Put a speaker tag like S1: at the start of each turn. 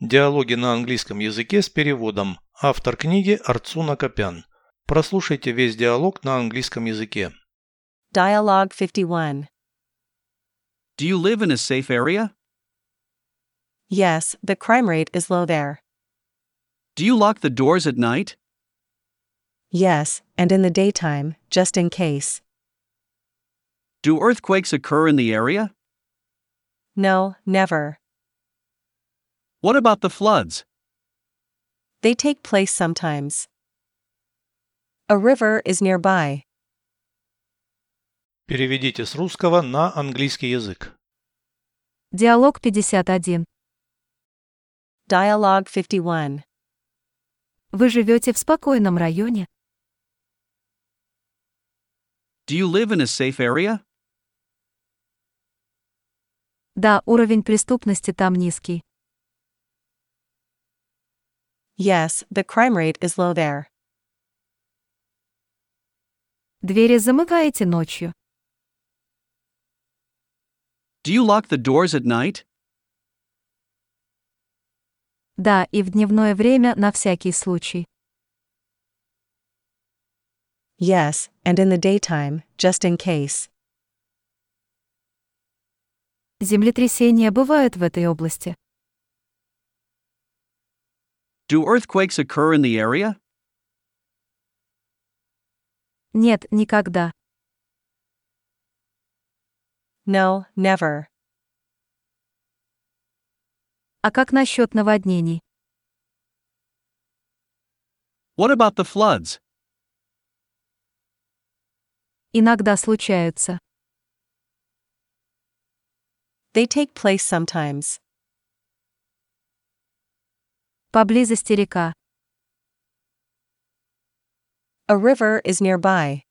S1: Диалоги на английском языке с переводом. Автор книги Арцуна Копян. Прослушайте весь диалог на английском языке.
S2: Dialogue 51.
S3: Do you live in a safe area?
S2: Yes, the crime rate is low there.
S3: Do you lock the doors at night?
S2: Yes, and in the daytime, just in case.
S3: Do earthquakes occur in the area?
S2: No, never.
S3: What about the floods?
S2: They take place sometimes. A river is nearby.
S1: Переведите с русского на английский язык.
S4: Диалог 51.
S2: Dialogue 51.
S4: Вы живете в спокойном районе?
S3: Do you live in a safe area?
S4: Да, уровень преступности там низкий.
S2: Yes, the crime rate is low there.
S4: Двери замыкаете ночью.
S3: Do you lock the doors at night?
S4: Да, и в дневное время на всякий случай.
S2: Yes, and in the daytime, just in case.
S4: Землетрясения бывают в этой области.
S3: Do earthquakes occur in the area?
S4: Нет, никогда.
S2: No, never.
S4: А как насчет наводнений?
S3: What about the floods?
S4: Иногда случаются.
S2: They take place sometimes.
S4: Поблизости река.
S2: A river is nearby.